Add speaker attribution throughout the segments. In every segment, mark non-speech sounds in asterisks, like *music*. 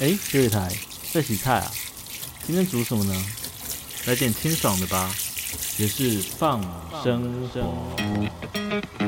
Speaker 1: 哎，学伟台在洗菜啊？今天煮什么呢？来点清爽的吧，也是放生活。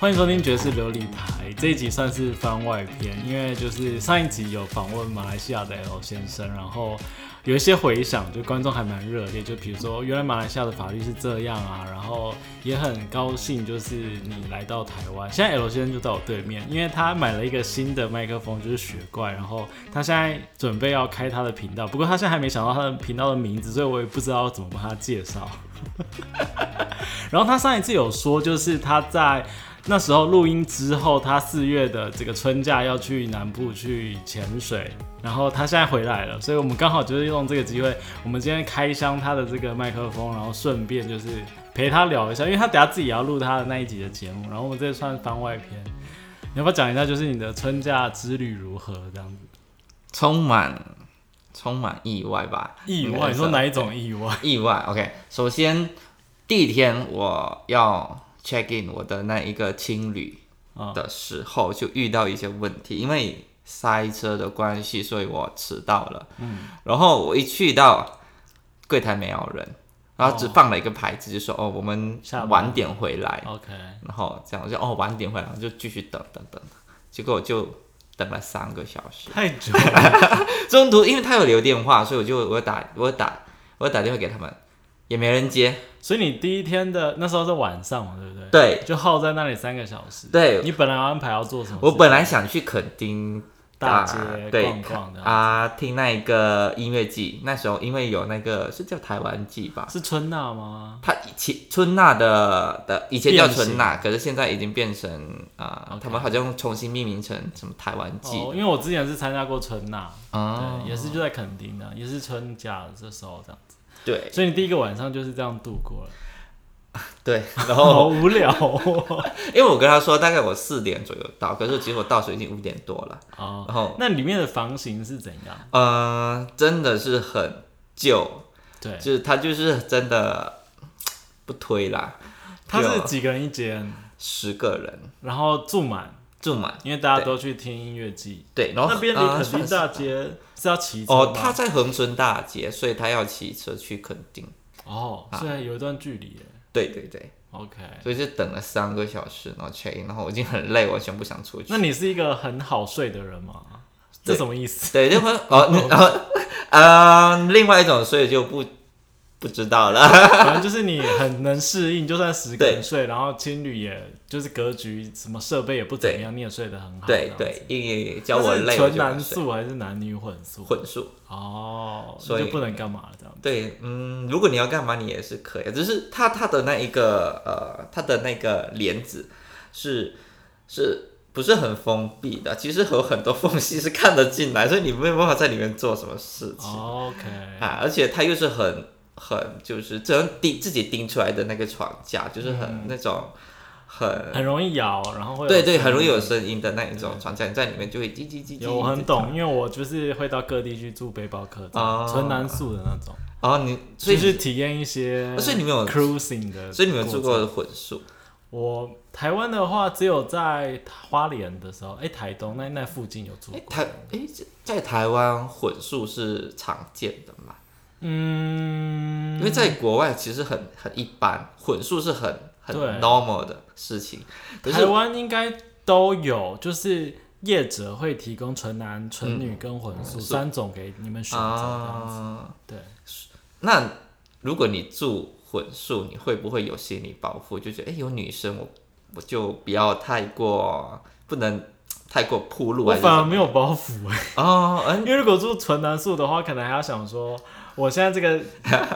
Speaker 2: 欢迎收听爵士琉璃台，这一集算是番外篇，因为就是上一集有访问马来西亚的 L 先生，然后有一些回响，就观众还蛮热烈，就比如说原来马来西亚的法律是这样啊，然后也很高兴就是你来到台湾，现在 L 先生就在我对面，因为他买了一个新的麦克风，就是雪怪，然后他现在准备要开他的频道，不过他现在还没想到他的频道的名字，所以我也不知道怎么帮他介绍。 *laughs* 然后他上一次有说，就是他在那时候录音之后，他四月的这个春假要去南部去潜水，然后他现在回来了，所以我们刚好就是用这个机会，我们今天开箱他的这个麦克风，然后顺便就是陪他聊一下，因为他等下自己也要录他的那一集的节目，然后我们这算番外篇。你要不要讲一下，就是你的春假之旅如何这样子？
Speaker 3: 充满充满意外吧？
Speaker 2: 意
Speaker 3: 应
Speaker 2: 外？
Speaker 3: 该
Speaker 2: 你
Speaker 3: 是啊
Speaker 2: 说哪一种意外？
Speaker 3: 意外？OK，首先第一天我要 check in 我的那一个青旅
Speaker 2: 啊
Speaker 3: 的时候，就遇到一些问题，因为塞车的关系，所以我迟到了。嗯，然后我一去到柜台没有人，然后只
Speaker 2: 哦
Speaker 3: 放了一个牌子，就说哦，我们
Speaker 2: 下班
Speaker 3: 晚点回来。
Speaker 2: OK，
Speaker 3: 然后这样我就哦晚点回来，我就继续等等等，结果我就等了三个小时。
Speaker 2: 太久了，
Speaker 3: 中途因为他有留电话，所以我就我有打我有打我有打电话给他们，也没人接。
Speaker 2: 所以你第一天的那时候是晚上嘛，对不对？
Speaker 3: 对
Speaker 2: 就耗在那里三个小时。
Speaker 3: 对，
Speaker 2: 你本来安排要做什么事？
Speaker 3: 我本来想去垦丁
Speaker 2: 大
Speaker 3: 啊
Speaker 2: 街
Speaker 3: 对
Speaker 2: 逛逛的，
Speaker 3: 啊听那个音乐季，那时候因为有那个是叫台湾季吧，
Speaker 2: 是春娜吗？
Speaker 3: 他以前春娜的的以前叫
Speaker 2: 变形
Speaker 3: 春娜，可是现在已经变成啊、呃
Speaker 2: OK
Speaker 3: 他们好像重新命名成什么台湾季
Speaker 2: 哦，因为我之前是参加过春娜，
Speaker 3: 啊、
Speaker 2: 对，也是就在垦丁啊的，也是春假的这时候这样子，
Speaker 3: 对
Speaker 2: 所以你第一个晚上就是这样度过了，
Speaker 3: 对，然后
Speaker 2: *laughs* 好无
Speaker 3: *laughs*
Speaker 2: 聊哦。
Speaker 3: 因为我跟他说大概我四点左右到，可是其实我到时候已经五点多了，
Speaker 2: 哦，
Speaker 3: 然后
Speaker 2: 那里面的房型是怎样？
Speaker 3: 呃，真的是很旧，
Speaker 2: 对，
Speaker 3: 就是它就是真的不推啦。
Speaker 2: 它是
Speaker 3: 就
Speaker 2: 几个人一间，
Speaker 3: 十个人
Speaker 2: 然后住满，
Speaker 3: 住满，
Speaker 2: 因为大家都去听音乐季。
Speaker 3: 对，然后
Speaker 2: 那边离垦
Speaker 3: 呃
Speaker 2: 丁
Speaker 3: 算是
Speaker 2: 大街是要骑车吗
Speaker 3: 哦，他在恒春大街，所以他要骑车去垦丁。
Speaker 2: 哦，
Speaker 3: 啊
Speaker 2: 所以有一段距离耶。
Speaker 3: 对对对，
Speaker 2: OK，
Speaker 3: 所以就等了三个小时，然后 check in，然后我已经很累，完全不想出去。
Speaker 2: 那你是一个很好睡的人吗？这
Speaker 3: 对
Speaker 2: 什么意思？*laughs*
Speaker 3: 对，就会哦，你然后呃，另外一种，所以就不不知
Speaker 2: *laughs*
Speaker 3: 道了。
Speaker 2: 反正就是你很能适应，就算十个人
Speaker 3: 对
Speaker 2: 睡，然后青旅也就是格局什么设备也不怎么样，你也睡得很好。
Speaker 3: 对对，，因为教
Speaker 2: 那
Speaker 3: 我
Speaker 2: 是
Speaker 3: 累，我
Speaker 2: 纯
Speaker 3: 就
Speaker 2: 男
Speaker 3: 想睡
Speaker 2: 宿还是男女混宿？
Speaker 3: 混宿。
Speaker 2: 哦，
Speaker 3: 所以
Speaker 2: 你就不能干嘛了这样。
Speaker 3: 对，嗯，如果你要干嘛，你也是可以，只是它它的那一个呃，它的那个帘子是是不是很封闭的？其实有很多缝隙是看得进来，所以你没有办法在里面做什么事情、
Speaker 2: 哦 OK，
Speaker 3: 啊。而且它又是很很就是只能钉自己钉出来的那个床架，就是很、那种很。
Speaker 2: 很容易摇，然嗯后会有
Speaker 3: 呃对对，很容易有
Speaker 2: 声
Speaker 3: 声音的那一种床架，你在里面就会叽叽叽叽。
Speaker 2: 音。有，我很懂，因为我就是会到各地去住背包客
Speaker 3: 哦
Speaker 2: 栈，纯男宿的那种，
Speaker 3: 哦，你
Speaker 2: 就
Speaker 3: 所以
Speaker 2: 是体验一些。
Speaker 3: 所以你没有
Speaker 2: cruising 的，
Speaker 3: 所以你们有住过混宿
Speaker 2: 我台湾的话，只有在花莲的时候，哎、台东那那附近有住
Speaker 3: 哎
Speaker 2: 过。，
Speaker 3: 台哎，这在台湾混宿是常见的嘛？
Speaker 2: 嗯，
Speaker 3: 因为在国外其实很很一般，混宿是很很
Speaker 2: 对
Speaker 3: normal 的事情。可
Speaker 2: 台
Speaker 3: 是
Speaker 2: 湾应该都有，就是业者会提供纯男、纯女跟混宿、三种给你们选择这样子。
Speaker 3: 嗯啊，
Speaker 2: 对，
Speaker 3: 那如果你住混宿，你会不会有心理包袱？就觉得哎，有女生我我就不要太过，不能太过铺路
Speaker 2: 我
Speaker 3: 还是什
Speaker 2: 反而
Speaker 3: 么？
Speaker 2: 没有包袱、
Speaker 3: 哦，嗯
Speaker 2: 因为如果住纯男宿的话，可能还要想说，我现在这个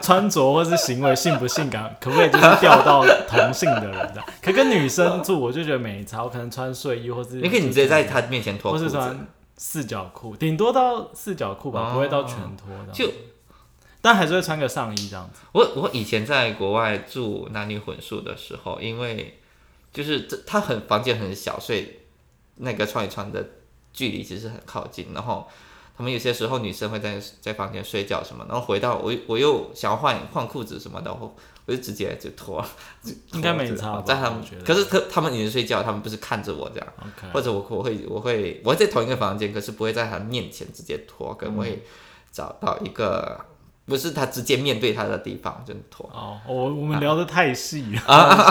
Speaker 2: 穿着或是行为性不性感，可不可以就是钓到同性的人的？可跟女生住，我就觉得没差，我可能穿睡衣或是
Speaker 3: 你可以你直接在他面前脱
Speaker 2: 或
Speaker 3: 裤
Speaker 2: 是
Speaker 3: 子，
Speaker 2: 穿四角裤，顶多到四角裤吧，
Speaker 3: 哦
Speaker 2: 不会到全脱的。
Speaker 3: 就
Speaker 2: 但还是会穿个上衣这样子。
Speaker 3: 我我以前在国外住男女混宿的时候，因为就是这它很房间很小，所以那个穿与穿的距离其实很靠近，然后他们有些时候女生会在在房间睡觉什么，然后回到我我又想要换换裤子什么的，我我就直接就脱了，就
Speaker 2: 应该没
Speaker 3: 脱了
Speaker 2: 差吧
Speaker 3: 在他们
Speaker 2: 我觉得，
Speaker 3: 可是他他们已经睡觉，他们不是看着我这样。
Speaker 2: OK，
Speaker 3: 或者我我会我会我会在同一个房间，可是不会在他面前直接脱，可能
Speaker 2: 嗯
Speaker 3: 我会找到一个不是他直接面对他的地方就脱。
Speaker 2: 哦，我我们聊的太细了，
Speaker 3: 啊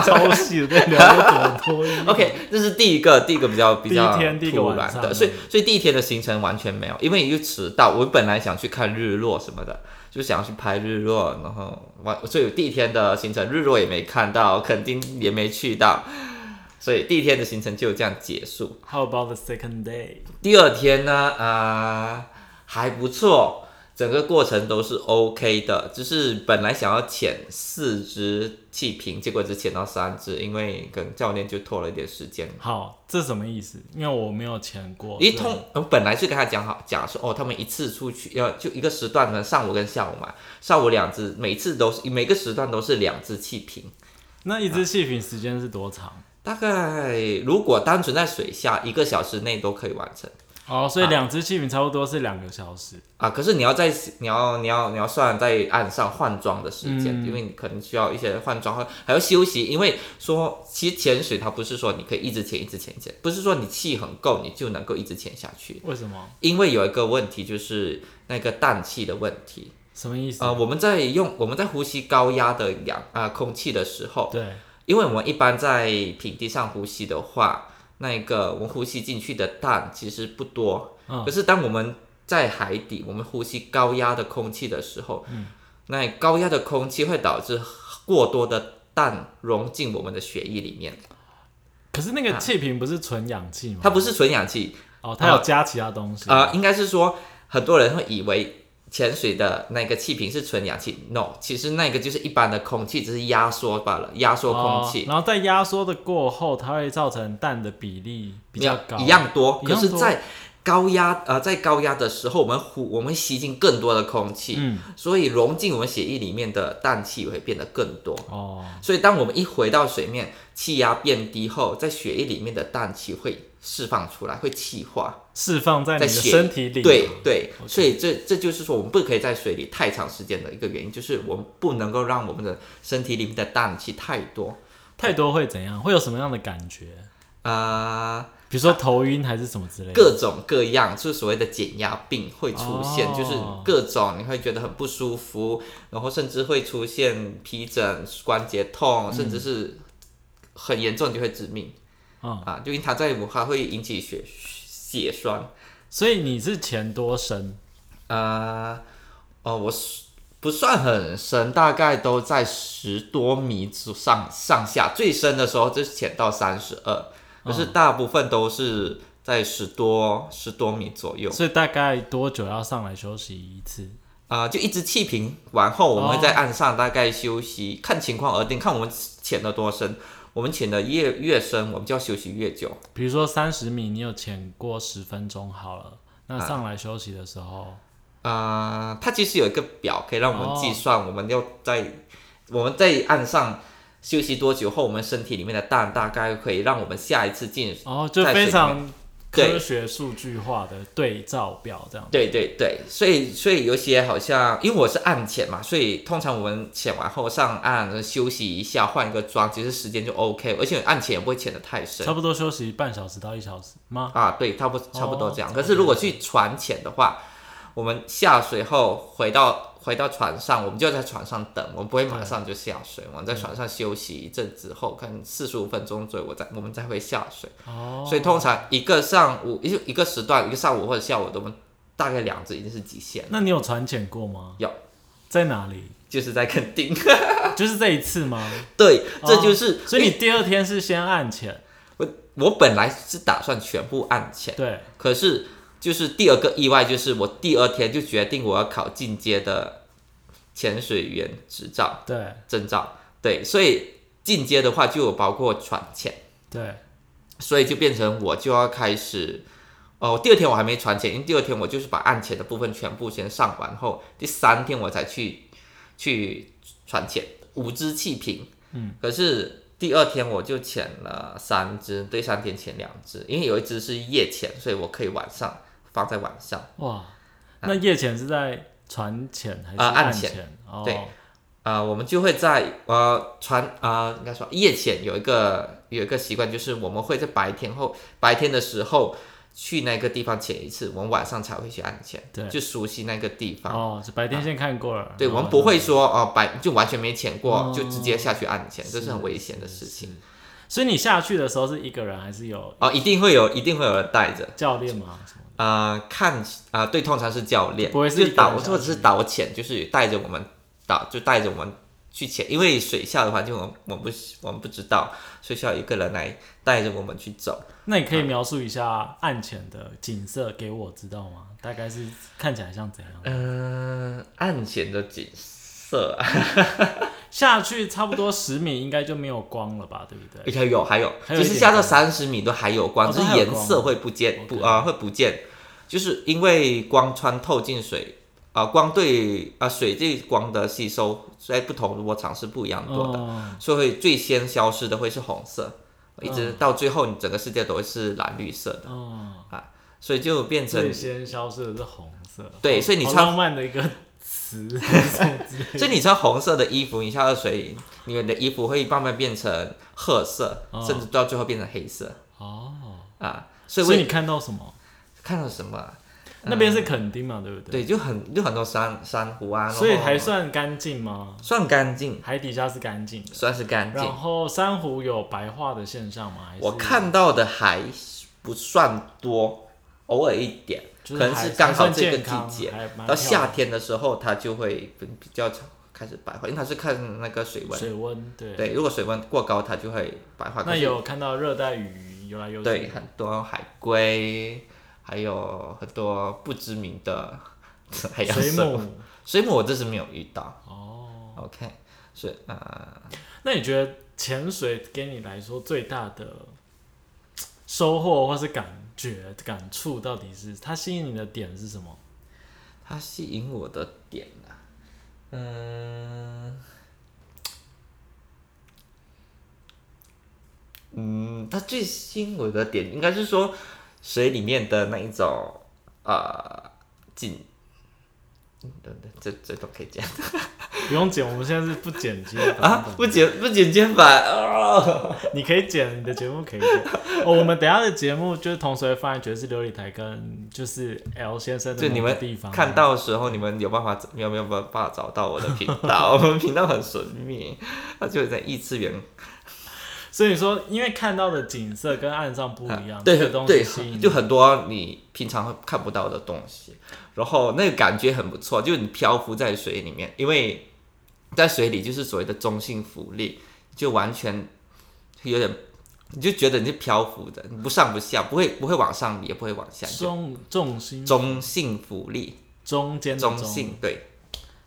Speaker 2: *laughs* 超细了，在聊的怎么脱
Speaker 3: OK，这是第一个第一个比较比较
Speaker 2: 嗯第一天第一个
Speaker 3: 突
Speaker 2: 晚
Speaker 3: 然
Speaker 2: 上嗯
Speaker 3: 的，所以所以第一天的行程完全没有，因为又迟到。我本来想去看日落什么的，就想要去拍日落，然后完，所以第一天的行程日落也没看到，肯定也没去到，所以第一天的行程就这样结束。
Speaker 2: ？How about the second day？
Speaker 3: 第二天呢，啊、还不错，整个过程都是 OK 的。就是本来想要潜四只气瓶，结果只潜到三只，因为跟教练就拖了一点时间。
Speaker 2: 好，这什么意思？因为我没有潜过，所
Speaker 3: 一
Speaker 2: 以
Speaker 3: 通，我本来是跟他讲好，讲说哦，他们一次出去要就一个时段呢，上午跟下午嘛，上午两只，每次都是每个时段都是两只气瓶。
Speaker 2: 那一支气瓶时间是多长？
Speaker 3: 大概如果单纯在水下，一个小时内都可以完成。
Speaker 2: 哦，所以两支气瓶差不多是两个小时。
Speaker 3: 啊，可是你要在你要你要你要算在岸上换装的时间，因为你可能需要一些换装，还还要休息，因为说其实潜水它不是说你可以一直潜一直潜一直潜，不是说你气很够你就能够一直潜下去，
Speaker 2: 为什么？
Speaker 3: 因为有一个问题就是那个氮气的问题。
Speaker 2: 什么意思？
Speaker 3: 呃，我们在用我们在呼吸高压的氧啊、空气的时候，
Speaker 2: 对，
Speaker 3: 因为我们一般在平地上呼吸的话，那个我们呼吸进去的氮其实不多，
Speaker 2: 嗯
Speaker 3: 可是当我们在海底，我们呼吸高压的空气的时候，那高压的空气会导致过多的氮融进我们的血液里面，
Speaker 2: 啊可是那个气瓶不是纯氧气吗？
Speaker 3: 啊它不是纯氧气，
Speaker 2: 哦，它有加其他东西。哦
Speaker 3: 啊，应该是说很多人会以为潜水的那个气瓶是纯氧气，no，其实那个就是一般的空气，只是压缩罢了，压缩空
Speaker 2: 哦
Speaker 3: 气。
Speaker 2: 然后在压缩的过后，它会造成氮的比例比较高，
Speaker 3: 一样多。
Speaker 2: 一样多
Speaker 3: 可是，在高压呃，在高压的时候，我们呼我们吸进更多的空气，
Speaker 2: 嗯，
Speaker 3: 所以融进我们血液里面的氮气会变得更多。
Speaker 2: 哦，
Speaker 3: 所以，当我们一回到水面，气压变低后，在血液里面的氮气会释放出来，会气化
Speaker 2: 释放在你
Speaker 3: 在
Speaker 2: 的
Speaker 3: 血
Speaker 2: 身体里。
Speaker 3: 对对
Speaker 2: OK
Speaker 3: 所以这这就是说，我们不可以在水里太长时间的一个原因，就是我们不能够让我们的身体里面的氮气太多。
Speaker 2: 太多会怎样？会有什么样的感觉？
Speaker 3: 啊、
Speaker 2: 比如说头晕还是什么之类的？
Speaker 3: 各种各样，就是所谓的减压病会出现，
Speaker 2: 哦
Speaker 3: 就是各种你会觉得很不舒服，然后甚至会出现皮疹、关节痛，甚至是很严重就会致命、
Speaker 2: 嗯，
Speaker 3: 啊！就因为它在武汉会引起血血栓。
Speaker 2: 所以你是潜多深？
Speaker 3: 呃，哦，我是不算很深，大概都在十多米之上上下，最深的时候就是潜到三十二，可是大部分都是在十多十多米左右。
Speaker 2: 所以大概多久要上来休息一次？
Speaker 3: 啊、就一直气瓶，完后我们会在岸上大概休息，看情况而定，看我们潜的多深。我们潜的越越深，我们就要休息越久。
Speaker 2: 比如说三十米，你有潜过十分钟好了，那上来休息的时候，
Speaker 3: 啊、它其实有一个表可以让我们计算，我们要在我们在岸上休息多久后，我们身体里面的氮大概可以让我们下一次进。
Speaker 2: 哦，就
Speaker 3: 在水
Speaker 2: 非常
Speaker 3: 对
Speaker 2: 科学数据化的对照表这样。
Speaker 3: 对对对，所以所以有些好像，因为我是岸潜嘛，所以通常我们潜完后上岸休息一下，换一个妆，其实时间就 OK，而且岸潜也不会潜得太深。
Speaker 2: 差不多休息半小时到一小时吗？
Speaker 3: 啊，对，差不差不多这样。
Speaker 2: 哦
Speaker 3: 可是如果去船潜的话，我们下水后回到回到船上，我们就在船上等，我们不会马上就下水，我
Speaker 2: 嗯
Speaker 3: 们在船上休息一阵子后，可能四十五分钟左右，我再我们再会下水。
Speaker 2: 哦，
Speaker 3: 所以通常一个上午一一个时段，一个上午或者下午，我们大概两只已经是极限了，
Speaker 2: 那你有船潜过吗？
Speaker 3: 有，
Speaker 2: 在哪里？
Speaker 3: 就是在 *laughs* 垦丁。
Speaker 2: 就是这一次吗？
Speaker 3: 对，这
Speaker 2: 哦
Speaker 3: 就是、
Speaker 2: 所以你第二天是先暗潜，
Speaker 3: 我我本来是打算全部岸潜。
Speaker 2: 对，
Speaker 3: 可是就是第二个意外，就是我第二天就决定我要考进阶的潜水员执照
Speaker 2: 对，
Speaker 3: 证照。对，所以进阶的话就有包括船潜，
Speaker 2: 对，
Speaker 3: 所以就变成我就要开始。哦，第二天我还没船潜，因为第二天我就是把岸潜的部分全部先上完后，第三天我才去去船潜五只气瓶。嗯，可是第二天我就潜了三只，对，三天潜两只，因为有一只是夜潜，所以我可以晚上放在晚上。
Speaker 2: 哇，那夜潜是在船前还是
Speaker 3: 呃岸
Speaker 2: 岸
Speaker 3: 潜
Speaker 2: 潜？哦，
Speaker 3: 对啊、我们就会在呃船啊、应该说夜潜有一个有一个习惯，就是我们会在白天后白天的时候去那个地方潜一次，我们晚上才会去岸潜，
Speaker 2: 对
Speaker 3: 就熟悉那个地方。
Speaker 2: 哦，是白天先看过了。
Speaker 3: 啊对，
Speaker 2: 然
Speaker 3: 我
Speaker 2: 后
Speaker 3: 们不会
Speaker 2: 晚上
Speaker 3: 说哦、白就完全没潜过，
Speaker 2: 哦
Speaker 3: 就直接下去岸潜，这是
Speaker 2: 是
Speaker 3: 很危险的事。
Speaker 2: 是
Speaker 3: 情。
Speaker 2: 所以你下去的时候是一个人还是有
Speaker 3: 哦，一定会有，一定会有人带着。
Speaker 2: 教练吗？什么
Speaker 3: 呃，看啊、对，通常是教练，
Speaker 2: 不会是
Speaker 3: 就
Speaker 2: 一个人
Speaker 3: 导
Speaker 2: 下去
Speaker 3: 或者是导潜，就是带着我们导，就带着我们去潜，因为水下的环境我们我们不我们不知道，所以需要一个人来带着我们去走。
Speaker 2: 的？那你可以描述一下岸潜的景色给我知道吗？大概是看起来像怎样？
Speaker 3: 嗯、岸潜的景色啊，
Speaker 2: 下去差不多十米应该就没有光了吧，对不对？
Speaker 3: 哎还有还有，
Speaker 2: 还有
Speaker 3: 其
Speaker 2: 一
Speaker 3: 实
Speaker 2: 点
Speaker 3: 下到
Speaker 2: 光
Speaker 3: 三十米都还有光，
Speaker 2: 哦
Speaker 3: 只
Speaker 2: 都
Speaker 3: 是
Speaker 2: 还有
Speaker 3: 颜
Speaker 2: 光
Speaker 3: 色会不见不
Speaker 2: OK
Speaker 3: 啊、会不见，就是因为光穿透进水啊、光对啊、水对光的吸收在不同的波长是不一样多的。
Speaker 2: 哦，
Speaker 3: 所以会最先消失的会是红色，
Speaker 2: 嗯
Speaker 3: 一直到最后，你整个世界都会是蓝绿色的，
Speaker 2: 哦，
Speaker 3: 所以就变成
Speaker 2: 最，先消失的是红色。
Speaker 3: 对所以你
Speaker 2: 好
Speaker 3: 穿
Speaker 2: 浪漫的一个词，
Speaker 3: *laughs*
Speaker 2: 还是什么之类的
Speaker 3: 所以你穿红色的衣服，你下到水，你的衣服会慢慢变成褐色，
Speaker 2: 哦
Speaker 3: 甚至到最后变成黑色
Speaker 2: 哦，
Speaker 3: 啊。所以
Speaker 2: 所以
Speaker 3: 为
Speaker 2: 你看到什么？
Speaker 3: 看到什么啊？
Speaker 2: 那边是垦丁嘛，对不对？
Speaker 3: 对，就很就很多珊珊瑚啊，然后
Speaker 2: 所以还算干净吗？
Speaker 3: 算干净，
Speaker 2: 海底下是干净的。
Speaker 3: 算是干净
Speaker 2: 然。后珊瑚有白化的现象吗？还是
Speaker 3: 我看到的还不算多，偶尔一点，
Speaker 2: 就
Speaker 3: 可能
Speaker 2: 还
Speaker 3: 是刚好
Speaker 2: 还算
Speaker 3: 这个
Speaker 2: 健康
Speaker 3: 季节，
Speaker 2: 还蛮漂
Speaker 3: 到夏
Speaker 2: 亮
Speaker 3: 天的时候，它就会比比较开始白化，因为它是看那个水温。
Speaker 2: 水温对。
Speaker 3: 对，如果水温过高，它就会白化。可
Speaker 2: 那
Speaker 3: 是
Speaker 2: 有看到热带鱼游来游去，
Speaker 3: 对很多海龟，还有很多不知名的 *laughs* 海洋
Speaker 2: 水
Speaker 3: 生物。
Speaker 2: 母
Speaker 3: 水母我这是没有遇到。
Speaker 2: 哦。
Speaker 3: OK，是啊、
Speaker 2: 那你觉得潜水给你来说最大的嘖收获或是感觉感触到底是它吸引你的点是什么？
Speaker 3: 它吸引我的点啊，嗯。嗯，它最吸引我的点应该是说水里面的那一种呃景，嗯等等，这这都可以讲
Speaker 2: 不用剪，我们现在是不剪接的
Speaker 3: 啊，不剪不剪肩膀啊，
Speaker 2: 你可以剪你的节目，可以剪。哦，我们等一下的节目就是同时会放在爵士琉璃台跟就是 L 先生的
Speaker 3: 就你
Speaker 2: 某个
Speaker 3: 们
Speaker 2: 地方
Speaker 3: 看到的时候，你们有办法找有没有办法找到我的频道？我们频道很神秘，它就在异次元
Speaker 2: 所以说，因为看到的景色跟岸上不一样，
Speaker 3: 啊对
Speaker 2: 这个东西
Speaker 3: 对
Speaker 2: 吸引，
Speaker 3: 就很多你平常会看不到的东西，然后那个感觉很不错，就是你漂浮在水里面，因为在水里就是所谓的中性浮力，就完全有点，你就觉得你是漂浮的，你不上不下，不会不会往上，也不会往下，就
Speaker 2: 重重心
Speaker 3: 中性浮力，
Speaker 2: 中间的
Speaker 3: 中
Speaker 2: 中
Speaker 3: 性对，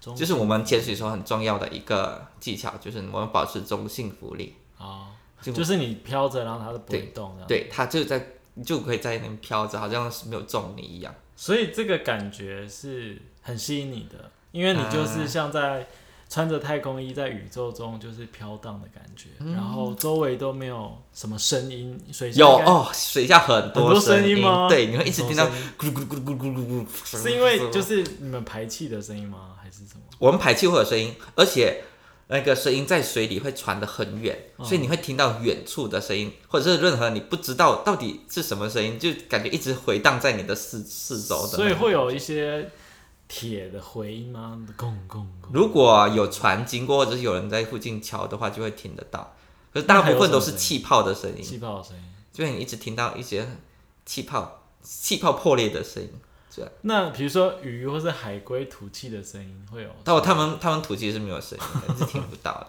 Speaker 2: 中
Speaker 3: 就是我们潜水时候很重要的一个技巧，就是我们保持中性浮力，
Speaker 2: 哦，
Speaker 3: 就
Speaker 2: 就是你飘着，然后它就不会动的。，
Speaker 3: 对，它就在就可以在那边飘着，好像是没有中你一样。
Speaker 2: 所以这个感觉是很吸引你的，因为你
Speaker 3: 啊
Speaker 2: 就是像在穿着太空衣在宇宙中就是飘荡的感觉，然后周围都没有什么声音，水下
Speaker 3: 嗯有
Speaker 2: 应该
Speaker 3: 哦，水下很
Speaker 2: 很多
Speaker 3: 声
Speaker 2: 声音吗
Speaker 3: 对，你会一直听到
Speaker 2: 什么
Speaker 3: 咕噜咕噜咕噜咕噜咕噜咕噜。
Speaker 2: 是因为就是你们排气的声音吗？还是什么？
Speaker 3: 我们排气会有声音，而且那个声音在水里会传得很远，
Speaker 2: 哦
Speaker 3: 所以你会听到远处的声音，或者是任何你不知道到底是什么声音，就感觉一直回荡在你的四四周的。
Speaker 2: 所以会。有一些铁的回音吗？咚咚咚。
Speaker 3: 如果有船经过，或者是有人在附近敲的话，就会听得到。可是大
Speaker 2: 那还有
Speaker 3: 部分都
Speaker 2: 什
Speaker 3: 是
Speaker 2: 么声音
Speaker 3: 气泡的声音，
Speaker 2: 气泡的声音。
Speaker 3: 就是你一直听到一些气泡气泡破裂的声音。这样，
Speaker 2: 那比如说鱼或是海龟吐气的声音会有，
Speaker 3: 但我他们他们吐气是没有声音的，是听不到的。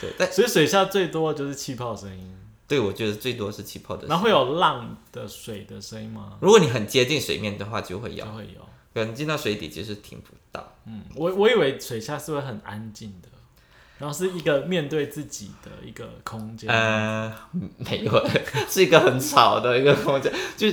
Speaker 3: 对，但
Speaker 2: 所以水下最多的就是气泡声音，
Speaker 3: 对我觉得最多是气泡的声音。
Speaker 2: 然后会有浪的水的声音吗？
Speaker 3: 如果你很接近水面的话，就会有
Speaker 2: 就；会有。
Speaker 3: 可能进到水底其实听不到。
Speaker 2: 嗯，我我以为水下是会很安静的，然后是一个面对自己的一个空间。嗯
Speaker 3: 呃，没有，是一个很吵的一个空间。就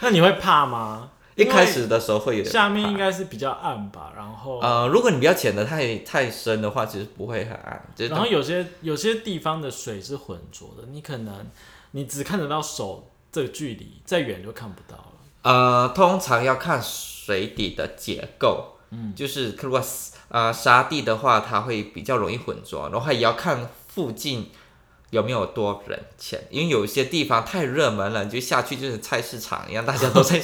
Speaker 2: 那你会怕吗？
Speaker 3: 一开始的时候会有
Speaker 2: 因为
Speaker 3: 点
Speaker 2: 下面应
Speaker 3: 怕。
Speaker 2: 该是比较暗吧，然后
Speaker 3: 呃，如果你不要潜的太太深的话，其实不会很暗，就是
Speaker 2: 然后有些有些地方的水是浑浊的，你可能你只看得到手这个距离，再远就看不到了。
Speaker 3: 呃，通常要看水底的结构，嗯，就是如果呃沙地的话，它会比较容易混浊，然后也要看附近有没有多人潜，因为有一些地方太热门了，你就下去就是菜市场一样，大家都在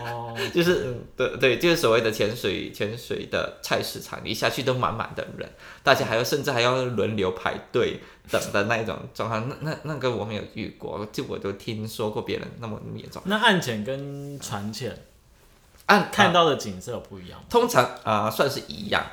Speaker 2: 哦，
Speaker 3: 就是嗯对对，就是所谓的潜水潜水的菜市场，你一下去都满满的人，大家还要甚至还要轮流排队等的那一种状况，那那那个我没有遇过，就我就听说过别人那么严重。
Speaker 2: 那岸潜跟船潜
Speaker 3: 啊按
Speaker 2: 看到的景色有不一样吗？
Speaker 3: 通常啊、呃算是一样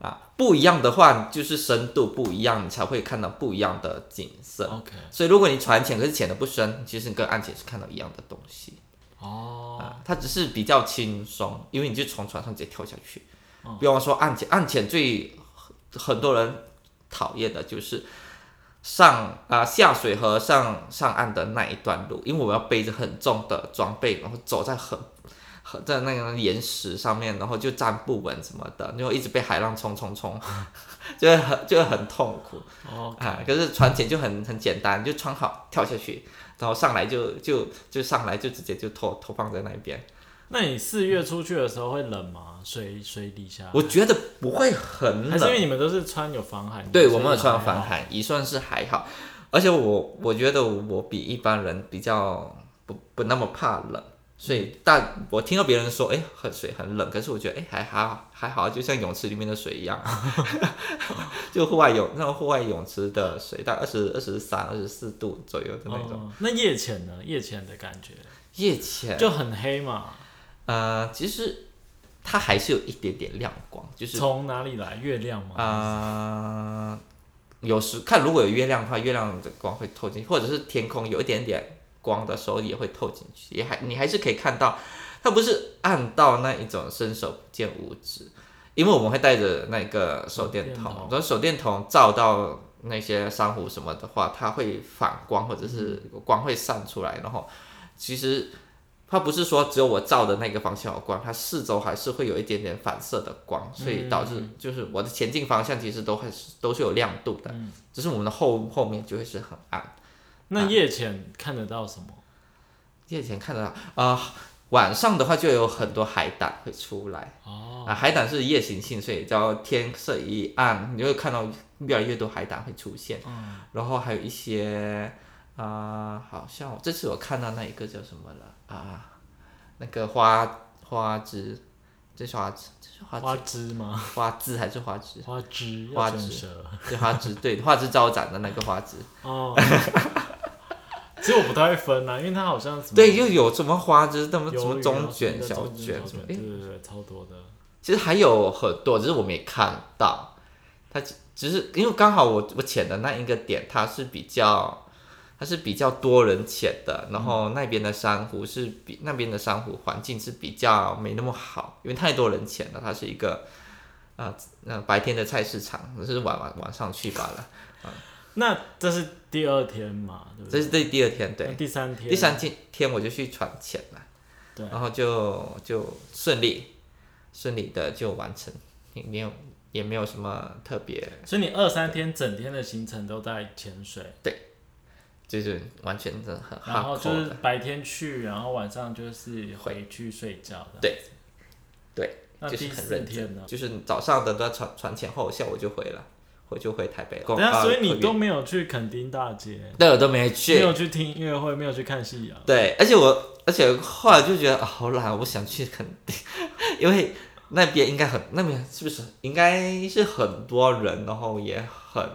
Speaker 3: 啊，不一样的话就是深度不一样，你才会看到不一样的景色。
Speaker 2: OK，
Speaker 3: 所以如果你船潜可是潜的不深，其实你跟岸潜是看到一样的东西
Speaker 2: 哦，
Speaker 3: 啊，它只是比较轻松，因为你就从船上直接跳下去。比方说岸潜，岸潜最很多人讨厌的就是上啊、下水和上上岸的那一段路，因为我们要背着很重的装备，然后走在很很在那个岩石上面，然后就站不稳什么的，然后一直被海浪冲冲冲， *laughs* 就会很就会很痛苦
Speaker 2: 哦，
Speaker 3: 啊。可是船潜就很很简单，就穿好跳下去，然后上来就就就上来就直接就投投放在那边。
Speaker 2: 那你四月出去的时候会冷吗？水水底下，
Speaker 3: 我觉得不会很
Speaker 2: 啊还是因为
Speaker 3: 冷，
Speaker 2: 你们都是穿有防寒衣？
Speaker 3: 对
Speaker 2: 所
Speaker 3: 我
Speaker 2: 以
Speaker 3: 们有穿
Speaker 2: 还好
Speaker 3: 防，寒衣，算是还好。而且我我觉得我比一般人比较不不那么怕冷，所以但我听到别人说，哎，很水很冷，可是我觉得，哎，还好还好，就像泳池里面的水一样， *laughs* 就户外泳那种户外泳池的水，大概二十二十三、二十四度左右的那种。
Speaker 2: 哦那夜潜呢？夜潜的感觉
Speaker 3: 夜潜
Speaker 2: 就很黑嘛，
Speaker 3: 呃，其实它还是有一点点亮光，就是
Speaker 2: 从哪里来？月亮吗？
Speaker 3: 啊、有时看如果有月亮的话，月亮的光会透进去，或者是天空有一点点光的时候也会透进去，也还你还是可以看到，它不是暗到那一种伸手不见五指，因为我们会带着那个手
Speaker 2: 手
Speaker 3: 电
Speaker 2: 电
Speaker 3: 筒
Speaker 2: 筒，
Speaker 3: 然后手电筒照到那些珊瑚什么的话，它会反光或者是光会散出来，然后其实。它不是说只有我照的那个方向有光，它四周还是会有一点点反射的光，所以导致就是我的前进方向其实都还是都是有亮度的，只是我们的后后面就会是很暗。
Speaker 2: 那夜潜看得到什么？
Speaker 3: 夜前看得到啊、晚上的话就有很多海胆会出来
Speaker 2: 哦，
Speaker 3: 啊，海胆是夜行性，所以只要天色一暗，你就会看到越来越多海胆会出现，
Speaker 2: 哦
Speaker 3: 然后还有一些啊、好像我这次我看到那一个叫什么了啊，那个花花枝，这是花枝，这是花枝
Speaker 2: 花枝吗？
Speaker 3: 花枝还是花枝？ *laughs*
Speaker 2: 花枝，
Speaker 3: 花
Speaker 2: 要
Speaker 3: 枝
Speaker 2: 卷舌
Speaker 3: 对花枝，对花枝招展的那个花
Speaker 2: *laughs*
Speaker 3: 枝，
Speaker 2: 哦。其实我不太会分啊，因为它好像什么
Speaker 3: 对，又有什么花枝，什么什
Speaker 2: 鱿鱼
Speaker 3: 么
Speaker 2: 啊
Speaker 3: 中卷、
Speaker 2: 什
Speaker 3: 小
Speaker 2: 么的中
Speaker 3: 卷
Speaker 2: 卷
Speaker 3: 什么，
Speaker 2: 对
Speaker 3: 诶
Speaker 2: 对对，超多的。
Speaker 3: 其实还有很多，只是我没看到。它只只是因为刚好我我潜的那一个点，它是比较它是比较多人潜的，然后那边的珊瑚是比那边的珊瑚环境是比较没那么好，因为太多人潜了，它是一个啊那、呃白天的菜市场，只是晚晚晚上去罢了。
Speaker 2: 那这是第二天嘛，对不
Speaker 3: 这
Speaker 2: 对？
Speaker 3: 是这第二天，对
Speaker 2: 那，第三天，啊
Speaker 3: 第三天天我就去船潜了，
Speaker 2: 对
Speaker 3: 然后就就顺利顺利的就完成，也没有也没有什么特别。
Speaker 2: 所以你二三天整天的行程都在潜水，
Speaker 3: 就是完全真的很
Speaker 2: 然后就
Speaker 3: hardcore
Speaker 2: 是
Speaker 3: 的。
Speaker 2: 白天去，然后晚上就是回去睡觉的。
Speaker 3: 对，对，
Speaker 2: 那
Speaker 3: 就是
Speaker 2: 第
Speaker 3: 很
Speaker 2: 四
Speaker 3: 认真
Speaker 2: 天呢？
Speaker 3: 就是早上等到船船前后，下午就回了，我就回台北。
Speaker 2: 等一下，
Speaker 3: 啊
Speaker 2: 所以你都
Speaker 3: 回
Speaker 2: 没有去垦丁大街，
Speaker 3: 对我都没
Speaker 2: 没
Speaker 3: 去
Speaker 2: 有，去听音乐会，没有去看夕阳。
Speaker 3: 对，而且我而且后来就觉得、啊、好懒，我不想去垦丁，因为那边应该很那边是不是应该是很多人，然后也很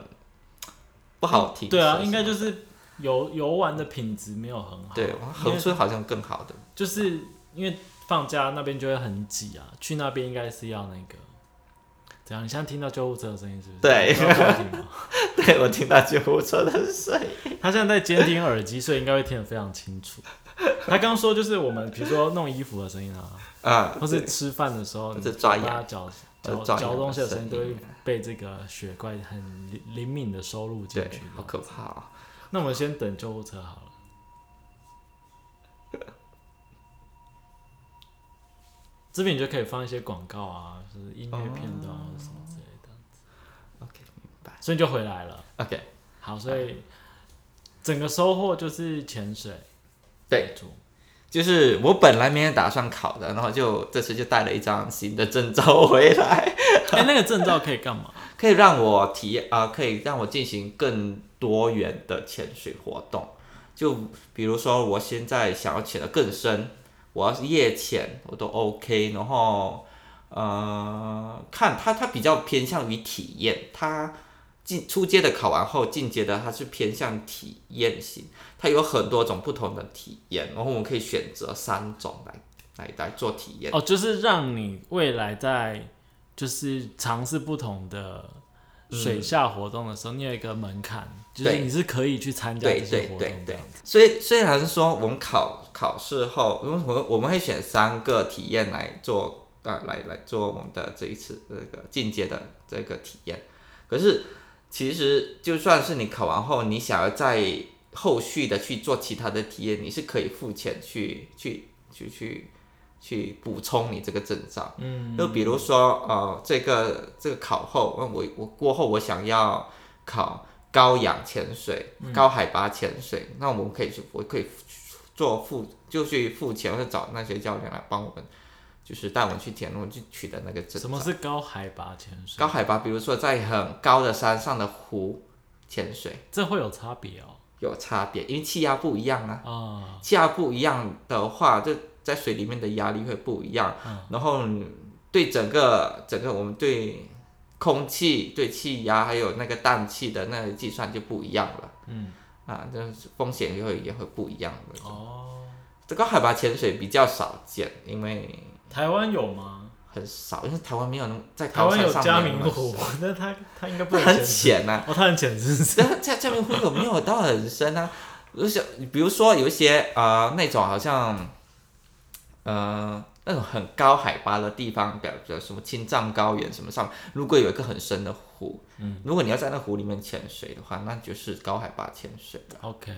Speaker 3: 不好听。
Speaker 2: 对啊，
Speaker 3: 是
Speaker 2: 应该就是游游玩的品质没有很好。
Speaker 3: 对，
Speaker 2: 因
Speaker 3: 横
Speaker 2: 为
Speaker 3: 村好像更好的。 *laughs*
Speaker 2: 就是因为放假那边就会很挤啊，去那边应该是要那个怎样？你现在听到救护车的声音是不是？
Speaker 3: 对
Speaker 2: 你有在听吗
Speaker 3: 对我听到救护车的声音。
Speaker 2: 他现在在监听耳机，所以应该会听得非常清楚。他刚说就是我们比如说弄衣服的声音啊，
Speaker 3: 啊，
Speaker 2: 或是吃饭的时候，
Speaker 3: 或
Speaker 2: 你
Speaker 3: 者抓
Speaker 2: 嘴巴
Speaker 3: 痒
Speaker 2: 嚼
Speaker 3: 或者
Speaker 2: 嚼
Speaker 3: 抓
Speaker 2: 嚼
Speaker 3: 痒
Speaker 2: 东
Speaker 3: 的
Speaker 2: 西的
Speaker 3: 声
Speaker 2: 声音都会
Speaker 3: 音
Speaker 2: 被这个血怪很灵灵敏的收录进
Speaker 3: 对
Speaker 2: 去的。，
Speaker 3: 好可怕哦。
Speaker 2: 那我们先等救护车好了。 *laughs* 这边你就可以放一些广告啊，就是音乐片段或者什么之类的，
Speaker 3: 哦 OK，明白。
Speaker 2: 所以你就回来了。
Speaker 3: OK，
Speaker 2: 好，所以整个收获就是潜水
Speaker 3: 对
Speaker 2: 为主，
Speaker 3: 就是我本来没有打算考的，然后就这次就带了一张新的证照回来，
Speaker 2: 哎、那个证照可以干
Speaker 3: *laughs*
Speaker 2: 嘛？
Speaker 3: 可以让我体验啊、可以让我进行更多元的潜水活动。就比如说，我现在想要潜得更深，我要是夜潜我都 OK。然后，呃，看它它比较偏向于体验，它进初阶的考完后，进阶的它是偏向体验型，它有很多种不同的体验，然后我们可以选择三种来来来做体验。
Speaker 2: 哦，就是让你未来在就是尝试不同的水下活动的时候，你有一个门槛，就是
Speaker 3: 嗯对
Speaker 2: 你是可以去参加
Speaker 3: 对
Speaker 2: 这些
Speaker 3: 对
Speaker 2: 活
Speaker 3: 对
Speaker 2: 动的
Speaker 3: 对。，虽虽然说我们考考试后，我们我们会选三个体验来做啊、来来做我们的这一次这个进阶的这个体验，可是其实就算是你考完后，你想要在后续的去做其他的体验，你是可以付钱去去去去去补充你这个证照。嗯，就比如说呃，这个这个考后，呃我我过后我想要考高氧潜水、
Speaker 2: 嗯
Speaker 3: 高海拔潜水，那我们可以去，我可以做付就去付钱，或者找那些教练来帮我们，就是带我们去潜，我们去取得那个证照。
Speaker 2: 什么是高海拔潜水
Speaker 3: 高？海拔？比如说在很高的山上的湖潜水
Speaker 2: 这会有差别哦。
Speaker 3: 有差别，因为气压不一样啊。
Speaker 2: 啊、
Speaker 3: 气压不一样的话，就在水里面的压力会不一样，
Speaker 2: 嗯
Speaker 3: 然后对整个整个我们对空气、对气压还有那个氮气的那个计算就不一样了。嗯，啊，就是风险也会也会不一样的。
Speaker 2: 哦，
Speaker 3: 这个海拔潜水比较少见，因为
Speaker 2: 台湾有吗？
Speaker 3: 很少，因为台湾没有那么在
Speaker 2: 台
Speaker 3: 高
Speaker 2: 湾
Speaker 3: 山
Speaker 2: 有
Speaker 3: 上
Speaker 2: 嘉
Speaker 3: 没有
Speaker 2: 明
Speaker 3: 那么
Speaker 2: 湖， *laughs* 但他他应该不
Speaker 3: 深，
Speaker 2: 能
Speaker 3: *laughs*
Speaker 2: 潜
Speaker 3: 很浅啊呐、
Speaker 2: 哦，他很浅是不
Speaker 3: *laughs*
Speaker 2: 是？
Speaker 3: 但在下面会有没有到很深啊？就是比如说有一些呃那种好像，呃那种很高海拔的地方，比如什么青藏高原什么上，如果有一个很深的湖，嗯，如果你要在那湖里面潜水的话，那就是高海拔潜水
Speaker 2: OK，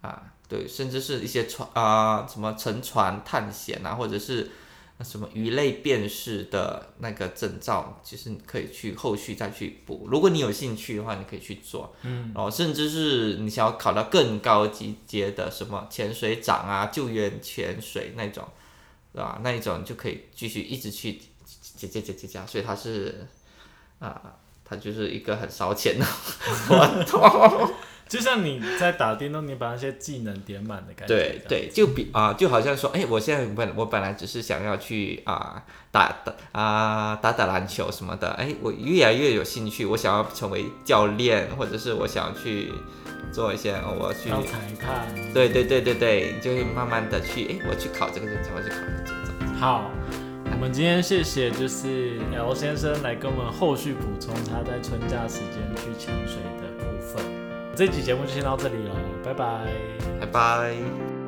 Speaker 3: 啊，对，甚至是一些船啊、什么乘船探险啊，或者是什么鱼类辨识的那个证照，其实你可以去后续再去补。如果你有兴趣的话，你可以去做。嗯，哦，甚至是你想要考到更高级阶的什么潜水长啊、救援潜水那种，对吧？那一种你就可以继续一直去加加加加加，所以它是啊。它就是一个很烧钱的活动，
Speaker 2: 就像你在打电动，你把那些技能点满的感觉。
Speaker 3: 对，对，就比啊、就好像说，哎，我现在本我本来只是想要去啊、打打啊、打打篮球什么的，哎，我越来越有兴趣，我想要成为教练，或者是我想要去做一些，哦我要去，
Speaker 2: 当裁判。
Speaker 3: 对对对对对，就会慢慢的去，哎，我去考这个证照，我去考那个证照。
Speaker 2: 好，我们今天谢谢就是 L 先生来跟我们后续补充他在春假时间去哦潜水的部分。这期节目就先到这里了，拜拜。
Speaker 3: 拜拜。